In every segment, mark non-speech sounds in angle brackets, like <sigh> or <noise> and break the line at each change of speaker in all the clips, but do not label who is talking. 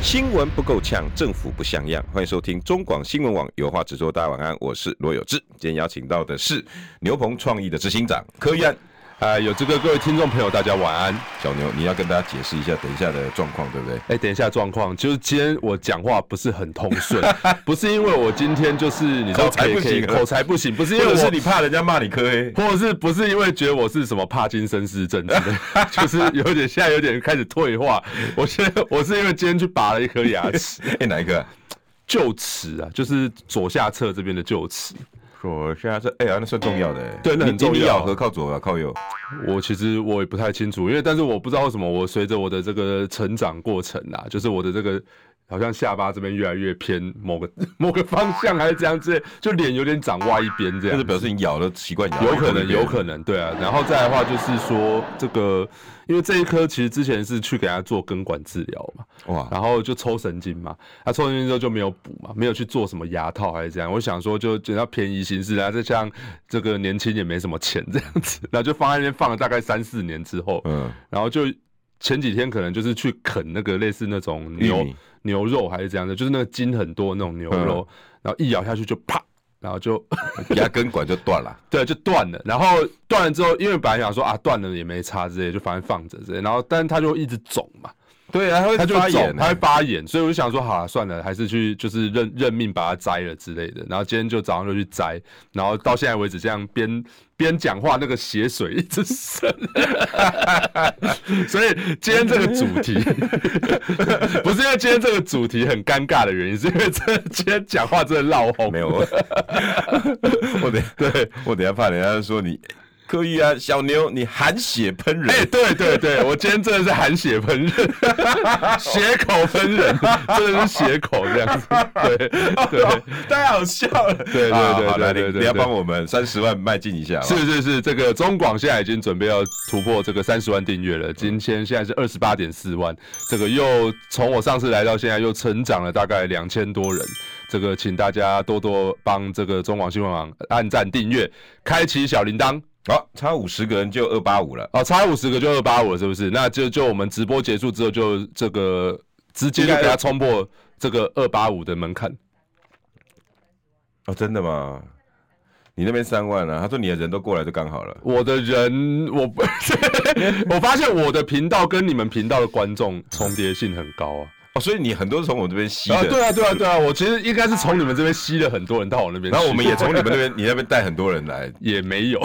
新闻不够呛，政府不像样。欢迎收听中广新闻网，有话直说。大家晚安，我是罗有志。今天邀请到的是牛棚创意的执行长柯燕。
啊，有这个各位听众朋友，大家晚安。
小牛，你要跟大家解释一下等一下的状况，对不对？
哎、等一下状况，就是今天我讲话不是很通
<laughs>
顺，不是因为我今天就是你知道
口才不
K
行
K 口才不行，不是因为
或
我
者是你怕人家骂你柯黑？
或者是不是因为觉得我是什么帕金森氏症之类的，就是有点现在有点开始退化。我现在我是因为今天去拔了一颗牙齿，
<laughs>
<laughs>
哎、哪一个、啊？
臼齿啊，就是左下侧这边的臼齿。
左下这哎呀，那算重要的、哎
对那很
你
重要
你咬合靠左啊，靠右。
我其实我也不太清楚，因为但是我不知道为什么我随着我的这个成长过程啊，就是我的这个好像下巴这边越来越偏某个 <laughs> 某个方向还是这样之类，就脸有点长歪一边这
就是
样。
表示你咬了习惯咬。
有可能，有可能，对啊。然后再来的话，就是说这个，因为这一颗其实之前是去给他做根管治疗嘛，
能。哇，
然后就抽神经嘛，他、抽神经之后就没有补嘛，没有去做什么牙套还是这样。我想说就比较便宜行事，然后再像这个年轻也没什么钱这样子，然后就放在那边放了大概三四年之后，
嗯，
然后就前几天可能就是去啃那个类似那种
玉
牛
米嗯
牛肉还是这样的，就是那个筋很多那种牛肉，然后一咬下去就啪，然后就 <laughs>
牙根管就断了。
对就断了，然后断了之后，因为本来想说啊断了也没差之类，就反正放着之类，然后但是它就一直肿嘛，
对啊，它会
它就
发
肿
炎、，
它会
欸。
发炎，所以我就想说，好了，算了，还是去就是认认命把它摘了之类的。然后今天就早上就去摘，然后到现在为止这样边边讲话，那个血水一直渗。 <laughs> 所以今天这个主题， <laughs> 不是因为今天这个主题很尴尬的原因，是因为这今天讲话真的闹红
<laughs> 没。有，我我等对我等一下怕人家说你柯玉啊，小牛，你含血喷人。
哎、对对对，我今天真的是含血喷
<laughs>
人，血口喷人，真的是血口这样子。对对，
太好笑了。
对对
啊
对
好
对
来
对
你
对
你要
对
帮我们三十万迈进一下。好不
是
好
是是，这个中广现在已经准备要突破这个三十万订阅
嗯
了。今天现在是二十八点四万，这个又从我上次来到现在又成长了大概两千多人。这个请大家多多帮这个中广新闻网按赞、订阅、开启小铃铛。
好，差五十个人就二八五了。
哦，差五十个就二八五了，是不是？那就就我们直播结束之后，就这个直接就给
应该
它冲破这个二八五的门槛。
哦，真的吗？你那边三万啊？他说你的人都过来就刚好了。
我的人，我 <laughs> 我发现我的频道跟你们频道的观众重叠性很高啊。
哦，所以你很多是从我们这边吸
啊，
的。
对啊，对啊，对啊，我其实应该是从你们这边吸了很多人到我那边去，
然后我们也从你们那边，你啊那边带很多人 <laughs> 来。
<laughs> 也没有，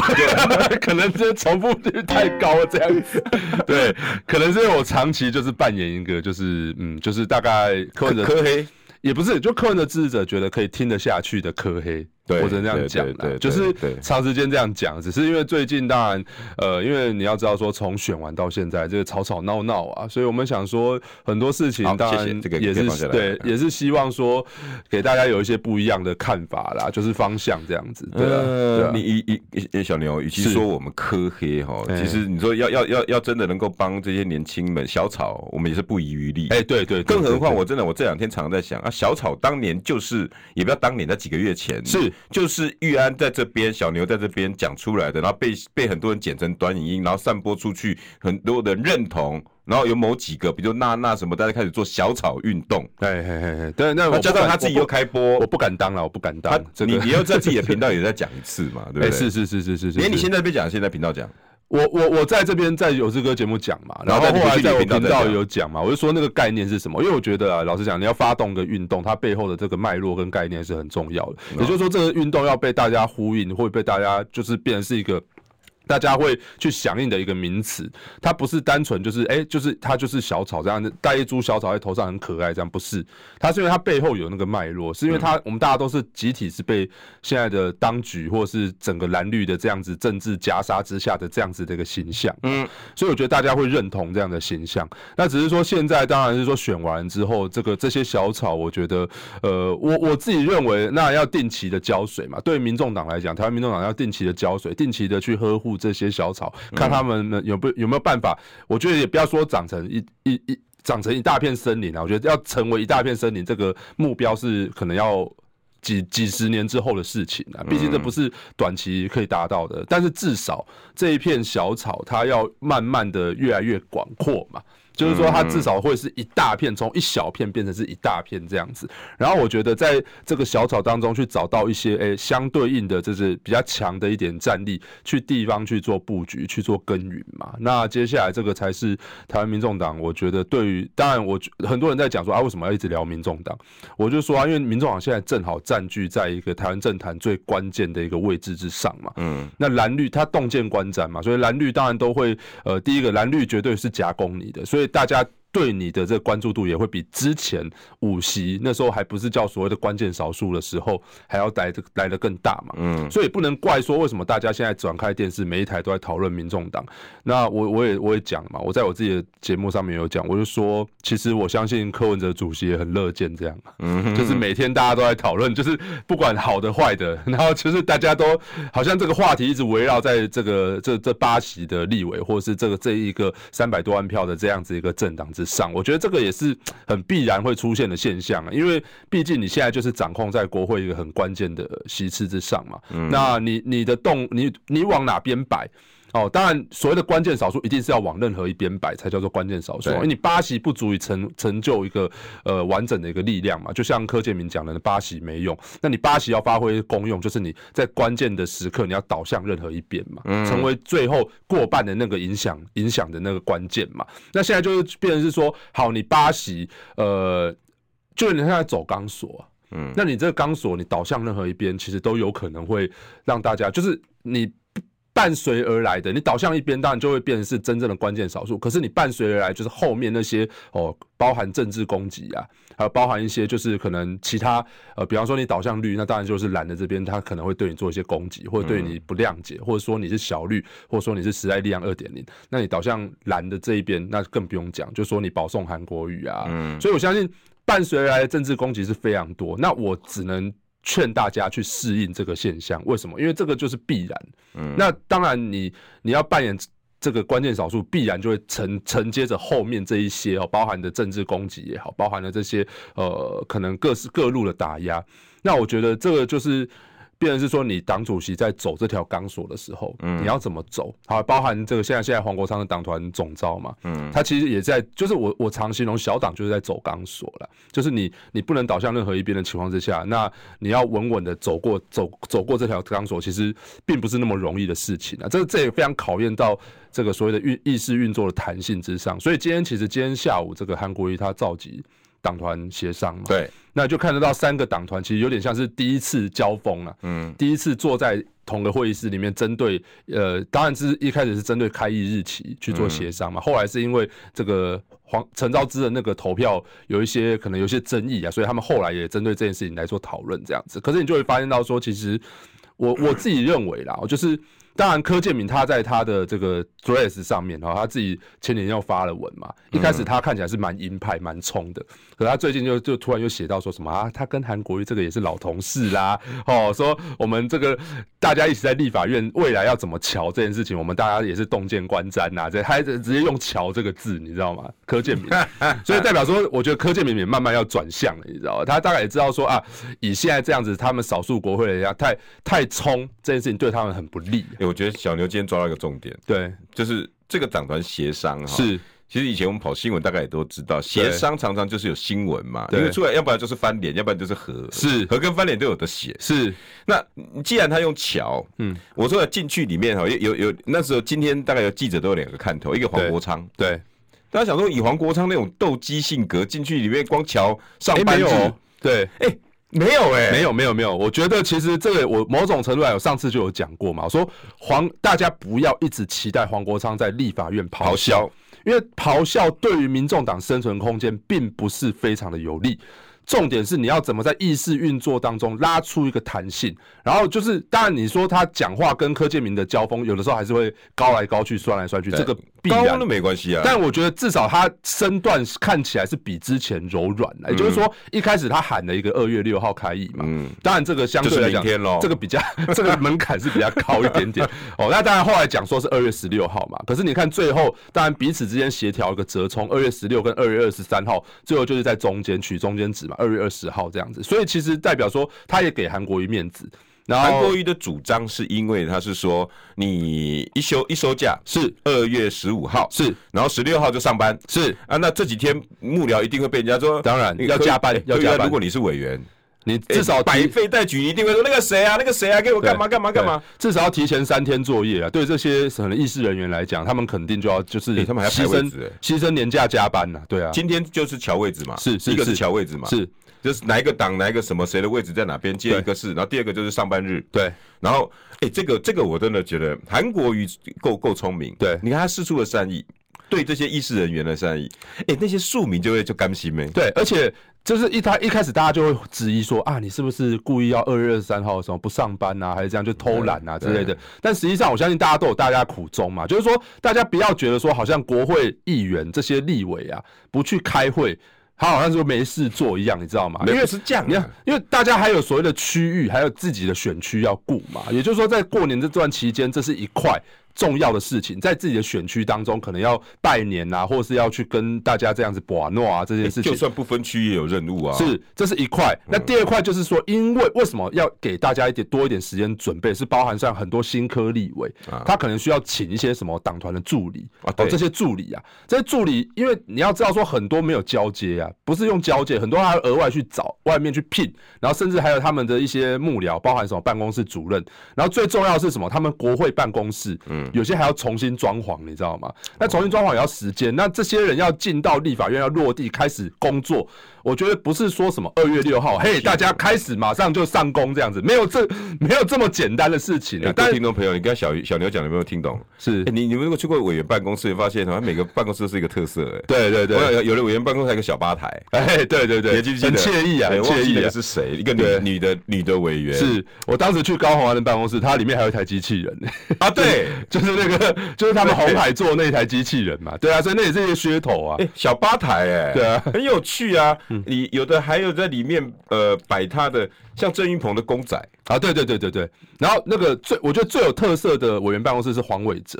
可能这重复率太高了这样子，对，可能是因为我长期就是扮演一个就是嗯，就是大概柯文哲
科黑，
也不是，就柯文哲支持者觉得可以听得下去的柯黑，
对
我只能这样讲
对对
啦
对，
就是
对
长时间这样讲，只是因为最近当然，呃，因为你要知道说从选完到现在这个吵吵闹闹啊，所以我们想说很多事情
好
当
谢谢
然
这个
也
可以放下
是
来
对，
嗯
也是希望说给大家有一些不一样的看法啦，就是方向这样子，对啊，对
呃，
啊
你一一小牛，与其
是
说我们科黑哈，
哎
其实你说要要要要真的能够帮这些年轻们小草，我们也是不遗余力。
哎，对对，对
更何
对
况
对
我真的我这两天常在想啊，小草当年就是也不要当年，在几个月前
是
就是玉安在这边，小牛在这边讲出来的，然后被被很多人剪成短影音，然后散播出去，很多人认同，然后有某几个，比如娜娜什么，大家开始做小草运动，
哎嘿嘿嘿，对，那我
那加
不
上
敢
他自己
我
又
不
开播
我，不敢当了，我不敢
他
当，这
你
个
你又在自己的频道也在讲一次
<laughs>
嘛，对不
哎
对？
是是是是是是，
连你
是
现在被讲，现在频道讲，
我我我在这边在有志哥节目讲嘛，
然
然
后
后
在
后来在我频
你的
道
频道
有讲嘛，我就说那个概念是什么？因为我觉得啊，老实讲，你要发动个运动，它背后的这个脉络跟概念是嗯很重要的。也就是说，这个运动要被大家呼应，会被大家就是变成是一个。大家会去响应的一个名词。它不是单纯就是哎、就是它就是小草这样，戴一株小草在头上很可爱这样，不是。它是因为它背后有那个脉络，是因为它、我们大家都是集体是被现在的当局或是整个蓝绿的这样子政治夹杀之下的这样子的一个形象。嗯，所以我觉得大家会认同这样的形象。那只是说现在当然是说选完之后，这个这些小草，我觉得呃，我我自己认为那要定期的浇水嘛。对于民众党来讲，台湾民众党要定期的浇水，定期的去呵护这些小草，看他们有不有没有办法。我觉得也不要说长成一一一。长成一大片森林啊！我觉得要成为一大片森林，这个目标是可能要几几十年之后的事情啊。毕竟这不是短期可以达到的，但是至少这一片小草，它要慢慢的越来越广阔嘛。就是说，它至少会是一大片，从一小片变成是一大片这样子。然后我觉得，在这个小草当中去找到一些诶、相对应的，就是比较强的一点战力，去地方去做布局，去做耕耘嘛。那接下来这个才是台湾民众党，我觉得对于当然我觉很多人在讲说啊，为什么要一直聊民众党？我就说啊，因为民众党现在正好占据在一个台湾政坛最关键的一个位置之上嘛。嗯，那蓝绿它洞见观瞻嘛，所以蓝绿当然都会呃，第一个蓝绿绝对是夹攻你的，所以大家。对你的这个关注度也会比之前五席那时候还不是叫所谓的关键少数的时候还要来的来的更大嘛，嗯，所以不能怪说为什么大家现在转开电视，每一台都在讨论民众党。那我我也我也讲了嘛，我在我自己的节目上面有讲，我就说其实我相信柯文哲主席也很乐见这样，嗯，就是每天大家都在讨论，就是不管好的坏的，然后就是大家都好像这个话题一直围绕在这个这这八席的立委或者是这个这一个三百多万票的这样子一个政党之。上，我觉得这个也是很必然会出现的现象啊，因为毕竟你现在就是掌控在国会一个很关键的席次之上嘛。那你你的动，你你往哪边摆？哦，当然，所谓的关键少数一定是要往任何一边摆才叫做关键少数，哦
对
因为你八席不足以成成就一个呃完整的一个力量嘛。就像柯建明讲的，八席没用，那你八席要发挥功用，就是你在关键的时刻你要导向任何一边嘛，成为最后过半的那个影响影响的那个关键嘛。那现在就是变成是说，好，你八席呃，就你现在走钢索、啊。嗯，那你这个钢索，你导向任何一边，其实都有可能会让大家，就是你伴随而来的，你导向一边，当然就会变成是真正的关键少数。可是你伴随而来，就是后面那些哦，包含政治攻击啊，还有包含一些就是可能其他呃，比方说你导向绿，那当然就是蓝的这边，他可能会对你做一些攻击，或者对你不谅解，或者说你是小绿，或者说你是时代力量二点零，那你导向蓝的这一边，那更不用讲，就说你保送韩国语啊，
嗯
嗯
所以我相信伴随而来的政治攻击是非常多。那我只能。劝大家去适应这个现象，为什么？因为这个就是必然。那当然你，你要扮演这个关键少数，必然就会承承接着后面这一些哦，包含的政治攻击也好，包含了这些呃，可能各式各路的打压。那我觉得这个就是。变成是说，你党主席在走这条钢索的时候，你要怎么走？好，包含这个现在现在黄国昌的党团总召嘛，他其实也在，就是我我常形容小党就是在走钢索了，就是你你不能倒向任何一边的情况之下，那你要稳稳的走过走走过这条钢索，其实并不是那么容易的事情啊。这这也非常考验到这个所谓的运意识运作的弹性之上。所以今天其实今天下午这个韩国瑜他召集党团协商嘛，
对，
那就看得到三个党团其实有点像是第一次交锋了、嗯，第一次坐在同个会议室里面，针对呃，当然是一开始是针对开议日期去做协商嘛，后来是因为这个黄陈昭之的那个投票有一些可能有一些争议啊，所以他们后来也针对这件事情来做讨论这样子。可是你就会发现到说，其实我我自己认为啦，就是。当然，柯建敏他在他的这个 dress 上面，哦哈，他自己前几天又发了文嘛。一开始他看起来是蛮鹰派、蛮冲的，可他最近就就突然又写到说什么啊，他跟韩国瑜这个也是老同事啦， <laughs> 哦，说我们这个大家一起在立法院未来要怎么瞧这件事情，我们大家也是洞见观瞻呐、这他直接用“瞧”这个字，你知道吗？柯建 <laughs> 敏，所以代表说，我觉得柯建明也慢慢要转向了，你知道吗？他大概也知道说啊，以现在这样子，他们少数国会人家太太冲这件事情对他们很不利。
哎、我觉得小牛今天抓到一个重点，
对，
就是这个党团协商哈。
是，
其实以前我们跑新闻，大概也都知道，协商常常就是有新闻嘛，因为
对
出来要不然就是翻脸，要不然就是和，
是
和跟翻脸都有的写。
是，
那既然他用桥，嗯，我说要进去里面哈，有有有，那时候今天大概有记者都有两个看头，一个黄
对
国昌，
对，
大家想说以黄国昌那种斗鸡性格进去里面光桥上
哎，
班
没
制，
有
哎、
哦，对，
没有哎、
没有没有没有，我觉得其实这个我某种程度来，我上次就有讲过嘛，我说黄大家不要一直期待黄国昌在立法院咆
咆
哮
哮，
因为咆哮对于民众党生存空间并不是非常的有利。重点是你要怎么在议事运作当中拉出一个弹性，然后就是，当然你说他讲话跟柯建明的交锋，有的时候还是会高来高去、酸来酸去，这个必然
高都没关系啊，
但我觉得至少他身段看起来是比之前柔软了，也就是说一开始他喊了一个二月六号开议嘛，
嗯
当然这个相对来讲
就是明天咯
这个比较这个门槛是比较高一点
<laughs>
点哦。那当然后来讲说是二月十六号嘛，可是你看最后当然彼此之间协调一个折冲，二月十六跟二月二十三号，最后就是在中间取中间值嘛，二月二十号这样子，所以其实代表说他也给韩国瑜面子，然后
韩国瑜的主张是因为他是说，你一休一休假
是
二月十五号
是，
然后十六号就上班
是
啊，那这几天幕僚一定会被人家说，
当然
你
要
可以
加班
哎
要
对啊
加班
如果你是委员，
你至少
哎百
提
废待举，一定会说那个谁啊，那个谁啊，给我 <laughs> 干嘛
对
干嘛干嘛。？
对至少要提前三天作业啊！对这些可能议事人员来讲，他们肯定就要就是
欸他们还排
牺
位
牲
置
牺牲年假加班呐、对啊，
今天就是瞧位置嘛，
是是
一个
是
是瞧位置嘛，
是，
就是哪一个党哪一个什么谁的位置在哪边，接
对
一个是，然后第二个就是上班日，
对
然后，哎、这个这个我真的觉得韩国瑜够够聪明。
对
你看他施出了善意，对这些议事人员的善意，哎、那些庶民就会就甘心没。
对，而且就是一他一开始大家就会质疑说啊，你是不是故意要二月二十三号的时候不上班啊，还是这样就偷懒啊之
嗯对
类的？但实际上，我相信大家都有大家苦衷嘛，就是说大家不要觉得说好像国会议员这些立委啊不去开会。他好像说没事做一样，你知道吗？
没有
因为
是这样啊
你看，因为大家还有所谓的区域，还有自己的选区要顾嘛。也就是说，在过年这段期间，这是一块重要的事情，在自己的选区当中，可能要拜年啊，或是要去跟大家这样子把诺啊这些事情。
哎就算不分区也有任务啊。，
是，这是一块。那第二块就是说，因为为什么要给大家一点多一点时间准备，是包含上很多新科立委，他可能需要请一些什么党团的助理
啊
哦
对，
这些助理啊，这些助理，因为你要知道说很多没有交接啊，不是用交接，很多还要额外去找外面去聘，然后甚至还有他们的一些幕僚，包含什么办公室主任，然后最重要的是什么？他们国会办公室，嗯，有些还要重新装潢，你知道吗？那重新装潢也要时间，那这些人要进到立法院要落地开始工作，我觉得不是说什么二月六号，嘿，
啊
大家开始马上就上工这样子，没有这没有这么简单的事情
哎、
啊。
各
但
位听众朋友，你刚才小小牛讲的有没有听懂？
是
哎、你你们如果去过委员办公室，会发现好像每个办公室都是一个特色、哎，
对对
我
对，
有有的委员办公室还有个小吧台，
哎，对对对，
也记不记
很
得？
惬意啊，
对
很
忘
惬
记那
意
个
啊。
是谁？一个
对
女女的女的委员
是我当时去高鸿安的办公室，它里面还有一台机器人。 <laughs>
<laughs> 啊，对。
就是那个，就是他们红海做那台机器人嘛，对啊，所以那也是一个噱头啊
哎、，小吧台哎、
对啊
很有趣啊。你有的还有在里面呃摆他的，像郑云鹏的公仔，
啊，对对对对对，然后那个最我觉得最有特色的委员办公室是黄伟哲，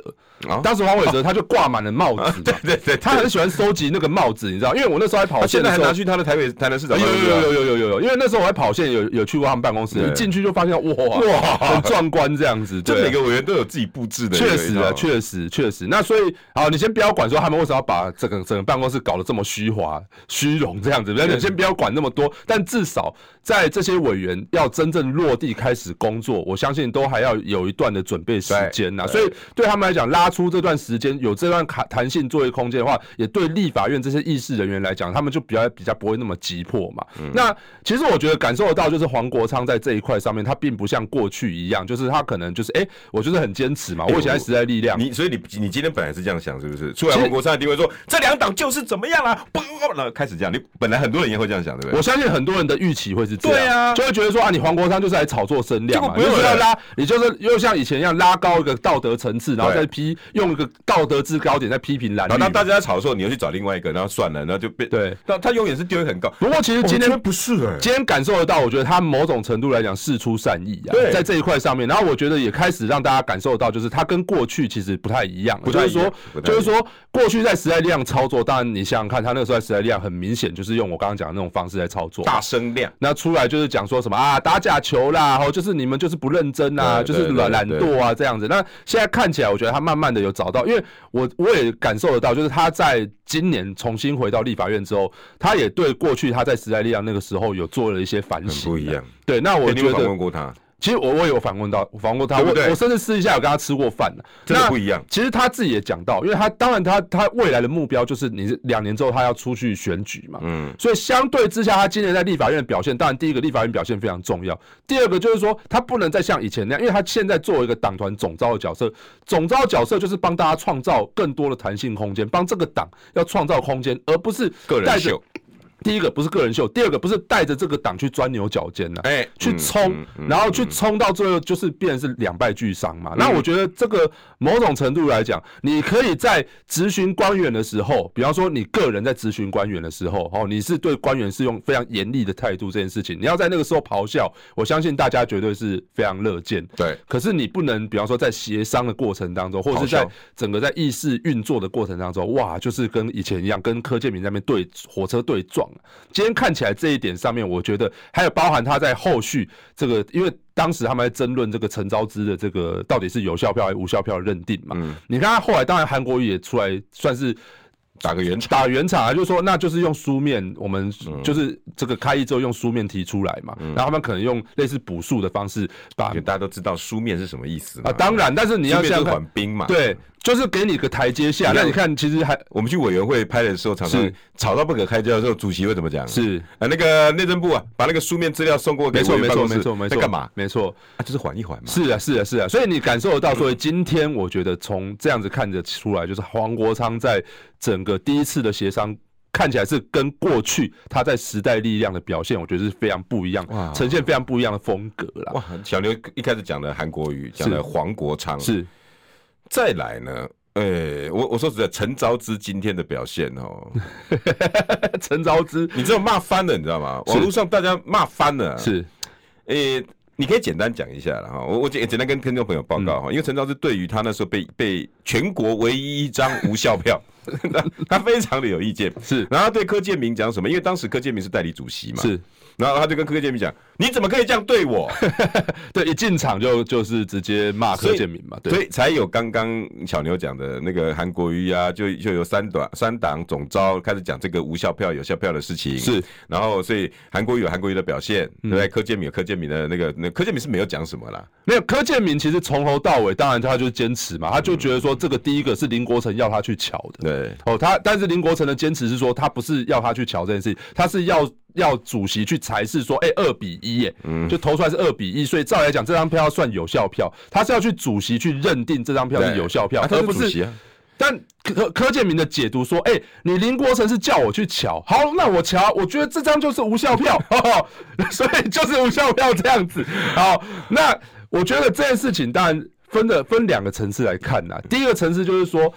啊
当时黄伟哲他就挂满了帽子嘛、对
<laughs> 对对
他很喜欢收集那个帽子，你知道，因为我那时候还跑
他现
线的
在
时
还
候，哎
拿去他的台北台南市长办
有
公室啊，
有有有有有有，因为那时候我还跑线有有去过他们办公室，
对
一进去就发现哇哇很壮观这样子，
就
对
每
啊。
个委员都有自己布置的一个，
确实啊，
的，
确实确实。那所以，好，你先不要管说他们为什么要把整个整个办公室搞得这么虚华、虚荣这样子，那你先不要管那么多。但至少在这些委员要真正落地开始工作，我相信都还要有一段的准备时间呐。
对
所以对他们来讲，拉出这段时间有这段弹弹性作业空间的话，也对立法院这些议事人员来讲，他们就比较比较不会那么急迫嘛。
嗯
那其实我觉得感受得到，就是黄国昌在这一块上面，他并不像过去一样，就是他可能就是哎、我就是很坚持
哦
嘛，我以前在时代力量。
你所以你你今天本来是这样想是不是？出来黄国昌一定会说这两党就是怎么样啦，不然后开始这样。你本来很多人也会这样想，对不对？
我相信很多人的预期会是这样，
对啊
就会觉得说啊，你黄国昌就是来炒作声量
结果
嘛，
不用
你就是要
了
拉，你就是又像以前一样拉高一个道德层次，然后
对
再批用一个道德制高点在批评蓝绿
然后当
嘛。
啊大家在吵的时候，你又去找另外一个，然后算了，然后就被
对，
那他永远是地位很高。
不过其实今天
不是哎
今天感受得到，我觉得他某种程度来讲事出善意啊，
对
在这一块上面，然后我觉得也开始让大家感受到，就是他跟过去其实不太一样了，
不太一样
就是
不太
说，
一
就
样
是说过去在时代力量操作，当然你想想看，他那个时候在时代力量很明显就是用我刚刚讲的那种方式来操作，
大声量，
那出来就是讲说什么啊，打假球啦，哦，就是你们就是不认真啊，就
对
是
对
懒
对
懒惰啊这样子。那现在看起来，我觉得他慢慢的有找到，因为我我也感受得到，就是他在今年重新回到立法院之后，他也对过去他在时代力量那个时候有做了一些反省啊，
很不一样
对，那我
我
觉
有
得
访问过他，
其实我我有访问到访问他，
对不对
我我甚至私底下有跟他吃过饭呢，
真的
那
不一样
其实他自己也讲到，因为他当然他他未来的目标就是你是两年之后他要出去选举嘛，
嗯，
所以相对之下，他今年在立法院的表现，当然第一个立法院表现非常重要，第二个就是说他不能再像以前那样，因为他现在作为一个党团总召的角色，总召角色就是帮大家创造更多的弹性空间，帮这个党要创造空间，而不是
个人
带着
秀。
第一个不是个人秀，第二个不是带着这个党去钻牛角尖啊呢、
哎
去
嗯
冲，
嗯嗯
然后去冲到最后就是变成是两败俱伤嘛。那我觉得这个某种程度来讲，你可以在咨询官员的时候，比方说你个人在咨询官员的时候，哦，你是对官员是用非常严厉的态度这件事情，你要在那个时候咆哮，我相信大家绝对是非常乐见。
对，
可是你不能，比方说在协商的过程当中，或者是
咆
在
哮
整个在议事运作的过程当中，哇，就是跟以前一样，跟柯建明在那边对火车对撞。啊今天看起来这一点上面，我觉得还有包含他在后续这个，因为当时他们在争论这个陈昭之的这个到底是有效票还是无效票的认定嘛。你看他后来，当然韩国瑜也出来算是。
打个圆场，
打圆场啊，就说那就是用书面，我们就是这个开议之后用书面提出来嘛，然后他们可能用类似补述的方式把
因为大家都知道书面是什么意思嘛
啊，当然，但是你
你要
要想
先
想看
缓兵嘛，。
对，就是给你个台阶下。
你看
那你看，其实还
我们去委员会拍的时候，常常
是
吵到不可开交的时候，主席会怎么讲？
是
啊，那个内政部啊，把那个书面资料送过给
没错，
委员
没
办
错，
公室
没错，没错，
在干嘛？
没错，
啊，就是缓一缓嘛。
是啊，是啊，是啊。所以你感受得到，所以今天我觉得从这样子看着出来，就是黄国昌在整个第一次的协商。看起来是跟过去他在时代力量的表现，我觉得是非常不一样
哇，
呈现非常不一样的风格啦。
哇，小刘一开始讲的韩国瑜，讲的黄国昌，
是 <laughs>
再来呢？呃，我我说实在，陈昭之今天的表现哦，
陈昭之
你知道骂翻了，你知道吗？
是
网络上大家骂翻了，
是
诶、你可以简单讲一下了哈。我我简简单跟听众朋友报
嗯
告哈、因为陈昭之对于他那时候被被全国唯一一张无效票， <laughs> 他他非常的有意见。
<laughs> 是
然后他对柯建明讲什么？因为当时柯建明是代理主席嘛，。
是， <laughs>
然后他就跟柯建明讲：“你怎么可以这样对我
对，一进场就就是直接骂
所
柯
以
建明嘛，？” <laughs> 对
所以才有刚刚小牛讲的那个韩国瑜啊，就就有三党三党总召开始讲这个无效票有效票的事情。
是，嗯
然后所以韩国瑜有韩国瑜的表现，对不对？柯建明有柯建明的那个，那柯建明是没有讲什么啦。
没有柯建明，其实从头到尾，当然他就是坚持嘛，他
嗯
就觉得说这个第一个是林国成要他去瞧的，
对，
哦，他但是林国成的坚持是说他不是要他去瞧这件事情，他是要要主席去裁示说，哎、二比一耶，
嗯
就投出来是二比一，所以照理来讲这张票要算有效票，他是要去主席去认定这张票是
对
有效票，
啊他
而
是
不
主席
是
啊。
但柯柯建明的解读说，哎、你林国成是叫我去瞧，好，那我瞧，我觉得这张就是无效票， <laughs> 哦、所以就是无效票这样子。好，那我觉得这件事情当然分的分两个层次来看呐、第一个层次就是说，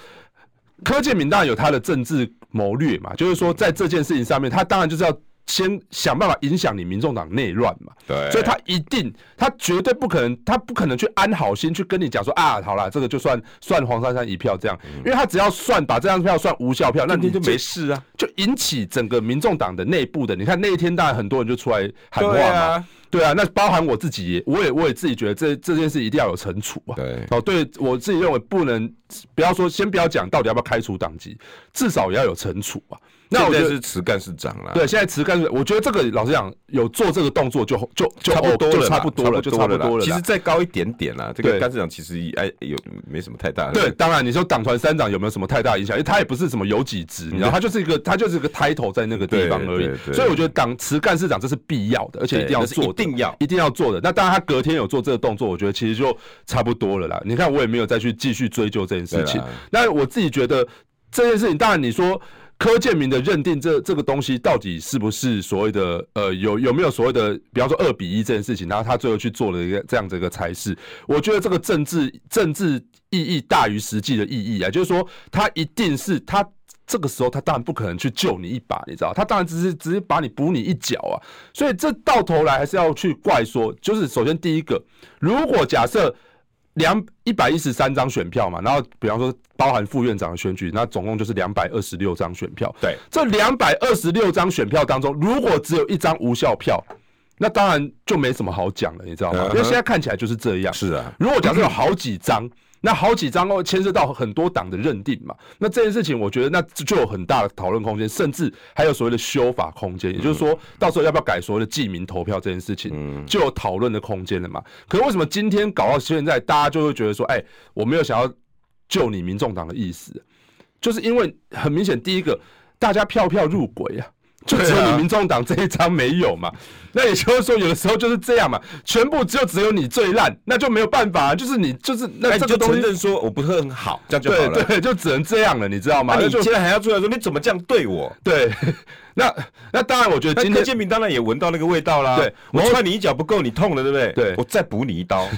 柯建明当然有他的政治谋略嘛，就是说在这件事情上面，他当然就是要。先想办法影响你民众党内乱嘛，
对
所以他一定，他绝对不可能，他不可能去安好心去跟你讲说啊，好啦，这个就算算黄珊珊一票这样，
嗯
因为他只要算把这张票算无效票，那你
今天就没事啊，
就引起整个民众党的内部的，你看那一天当然很多人就出来喊话嘛，
对啊
对啊，那包含我自己也，我也我也自己觉得这这件事一定要有惩处啊。
对
哦，对我自己认为不能，不要说先不要讲到底要不要开除党籍，至少也要有惩处啊。那我觉
现在
得
是辞干事长啦。
对，现在词干，我觉得这个老实讲，有做这个动作就就就
差不多了
就
啦，
差不多了，就差不多了啦。
其实再高一点点啦，这
对
个干事长其实也哎有没什么太大的
对，当然你说党团三长有没有什么太大影响？因为他也不是什么有几职，你知道，他就是一个他就是一个 title 在那个地方而
对
已
对。对
所以我觉得党辞干事长这是必要的，而且一定要
对那是
做的，
一定要
一定要做的。那当然他隔天有做这个动作，我觉得其实就差不多了啦。你看我也没有再去继续追究这件事情
对啦。
那我自己觉得这件事情，当然你说。柯建明的认定这这个东西到底是不是所谓的呃有有没有所谓的，比方说二比一这件事情，然后他最后去做了一个这样子一个裁示，我觉得这个政治政治意义大于实际的意义啊，就是说他一定是他这个时候他当然不可能去救你一把，你知道，他当然只是只是把你补你一脚啊，所以这到头来还是要去怪说，就是首先第一个，如果假设两一百一十三张选票嘛，然后比方说包含副院长的选举，那总共就是两百二十六张选票，
对
这两百二十六张选票当中，如果只有一张无效票，那当然就没什么好讲了，你知道吗？
嗯哼
因为现在看起来就是这样。
是啊，
如果假设有好几张，那好几张哦，牵涉到很多党的认定嘛，那这件事情我觉得那就有很大的讨论空间，甚至还有所谓的修法空间，也就是说，到时候要不要改所谓的记名投票这件事情，就有讨论的空间了嘛。可是为什么今天搞到现在，大家就会觉得说，哎，我没有想要救你民众党的意思，就是因为很明显，第一个大家票票入轨啊。就只有
对啊
你民众党这一张没有嘛？
啊
那也就是说，有的时候就是这样嘛，全部只有只有你最烂，那就没有办法、啊，就是你就是那
哎，
这
你就
个东
承
西，
认说我不是很好，这样就好
对
了。
对，就只能这样了，你知道吗？
那
那
你
就
现在还要出来说你怎么这样对我？
对， <laughs> 那那当然，我觉得
那
今
柯
天
建明当然也闻到那个味道啦。
对
我
然后
踹你一脚不够，你痛了，对不对？
对
我再补你一
<laughs>
刀。啊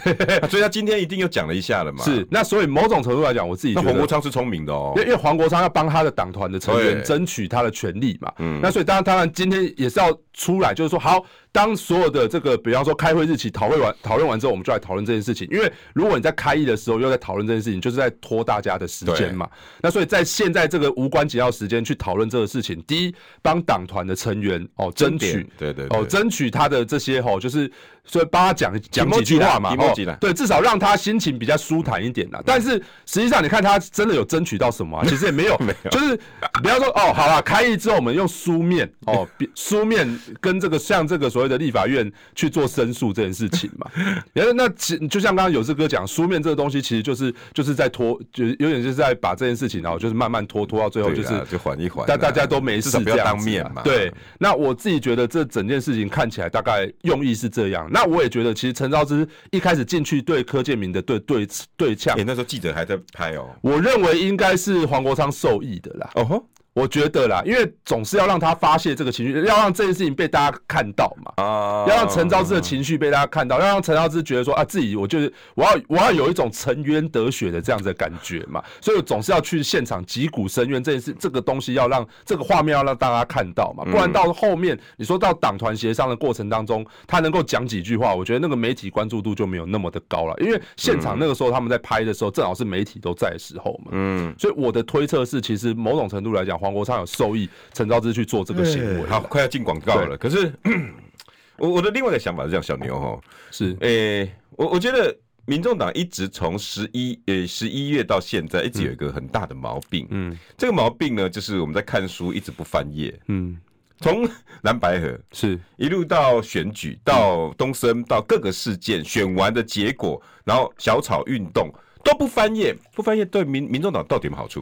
所以他今天一定又讲了一下了嘛。
是，那，所以某种程度来讲，我自己
那
觉得
黄国昌是聪明的哦
因为。因为黄国昌要帮他的党团的成员
对嗯
争取他的权利嘛，那所以当然当然今天也是要出来，就是说好，当所有的这个比方说开会日期讨论完讨论完之后，我们就来讨论这件事情，因为如果你在开议的时候又在讨论这件事情，就是在拖大家的时间嘛。那所以在现在这个无关紧要时间去讨论这个事情，第一帮党团的成员哦争取
点，对对
哦
对
争取他的这些哦，就是所以帮他讲讲几句话嘛，
Emoji 啦
哦
Emoji 啦
对，至少让他心情比较舒坦一点啦。但是实际上，你看他真的有争取到
<laughs>
什么、啊？其实也没有，没有就是不要说哦，好啦，开议之后我们用书面
<laughs>
哦，比书面跟这个向这个所谓的立法院去做申诉这件事情
<laughs>
嘛。然后那其就像刚刚有志哥讲，书面这个东西其实就是就是在拖，就是有点就是在把这件事情哦，就是慢慢拖拖到最后，就
对啊
是
啦就缓一缓啦
但大家都没事
至少不要
这样
当
子
面
啊
嘛
对，那我自己觉得这整件事情看起来大概用意是这样。那我也觉得，其实陈昭之一开始进去对柯建明的对对对呛
哎，，那时候记者还在拍哦。
我认为应该是黄国昌受益的啦。
哦吼，
我觉得啦，因为总是要让他发泄这个情绪，要让这件事情被大家看到嘛。
啊
要让陈昭之的情绪被大家看到，要让陈昭之觉得说啊，自己我就是我要我要有一种沉冤得雪的这样子的感觉嘛，所以我总是要去现场击鼓申冤这件事，这个东西要让这个画面要让大家看到嘛，不
嗯
然到后面你说到党团协商的过程当中，他能够讲几句话，我觉得那个媒体关注度就没有那么的高了，因为现场那个时候他们在拍的时候，正好是媒体都在的时候嘛，
嗯，
所以我的推测是，其实某种程度来讲，黄国昌有受益陈昭之去做这个行为啦，
好，快要进广告了。可是 <clears throat> 我我的另外一个想法是这样，小牛哈，
是
诶、我我觉得民众党一直从十一呃十一月到现在，一直有一个很大的毛病。嗯，这个毛病呢，就是我们在看书一直不翻页，
嗯
从蓝白河
是
一路到选举，到东森，到各个事件，选完的结果，然后小草运动都不翻页，不翻页对民民众党到底有没有好处？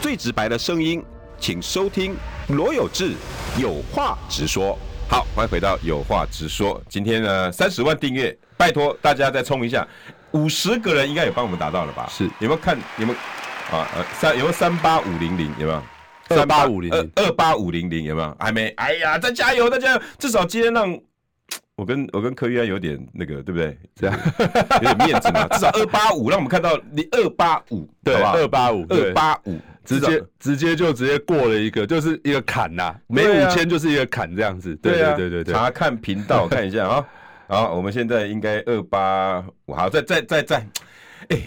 最直白的声音，请收听罗有志有话直说。
好，欢迎回到有话直说。今天呢，三十万订阅，拜托大家再冲一下，五十个人应该有帮我们达到了吧？
是
有没有看有没有啊？呃，三有没有三八五零零？有没有？呃
28500
二二八五零零有没有？还没？哎呀，再加油，再加油！至少今天让我跟我跟柯玉安有点那个，对不对？
这样。
有点面子嘛。至少二八五，让我们看到你二八五，
对，二
二
八五，对
二，八五，
直
至
接
少
直接就直接过了一个，就是一个坎呐、每
对啊
五千就是一个坎这样子，对
对
对
啊，
对对对，
查看频道看一下啊。好，我们现在应该二八五，好，再再再再，哎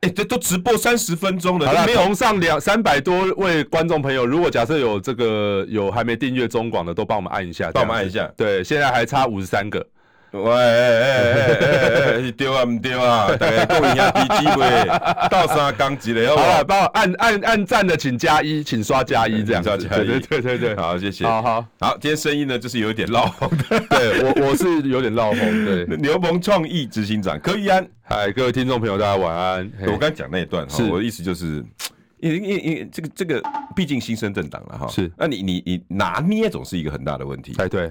哎，这都直播三十分钟
好
了，
了，
没有
同上两三百多位观众朋友，如果假设有这个有还没订阅中广的，都帮我们按一下，
帮我们
这样子
按一下
对，现在还差五十三个，
喂，哎哎哎哎哎，丢啊唔丢啊，大家共一下低机会，到三刚级了，好
好
不
了，
好？
帮我按按按赞的请加一，请刷加一这样子，
请刷加一
对对对对对，
好，谢谢。
好好，
好，今天声音呢，就是有一点绕红的。
<laughs> 对我我是有点闹红，对，
<laughs> 牛棚创意执行长柯一安，
嗨，各位听众朋友，大家晚安，哎嘿
我刚才讲那一段哈
是，
我的意思就是，因为因为因为这个这个，毕竟新生政党了哈，
是
那你你你拿捏总是一个很大的问题。
哎对，